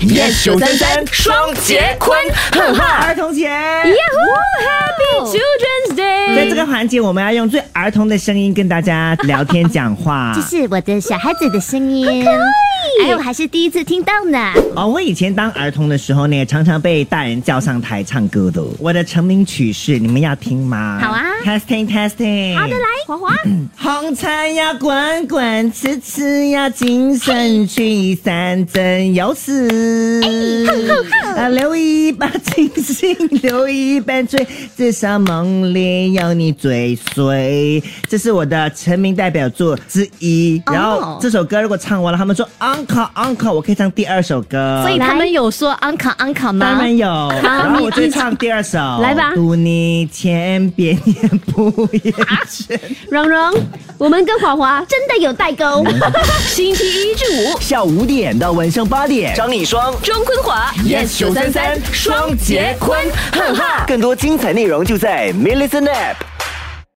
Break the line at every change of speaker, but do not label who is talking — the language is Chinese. yes 九三三双节棍，哈哈！
儿童节，
Yahoo! Happy Children's
在
Day！
这个环节，我们要用最儿童的声音跟大家聊天讲话
这。是我的小孩子的声音，哎，我还是第一次听到呢。
哦，我以前当儿童的时候呢，常常被大人叫上台唱歌的。我的成名曲是，你们要听吗？
好啊
，Testing Testing。
好的，来，嗯华华，
红尘呀滚滚，痴痴呀情深，聚散真有时。
哎
啊，留一把清醒，留一半醉，至少梦里有你追随。这是我的成名代表作之一。
哦
然后这首歌如果唱完了，他们说 uncle uncle，我可以唱第二首歌。
所以他们有说 uncle uncle
当
吗？
然有，然后我就唱第二首，
来吧
祝你千遍也不厌倦。
蓉蓉，我们跟华华
真的有代 沟。
星期一至五
下午五点到晚上八点，张丽双。
中坤华
yes 九三三双节棍，哈哈！
更多精彩内容就在 m i l l i c e n App。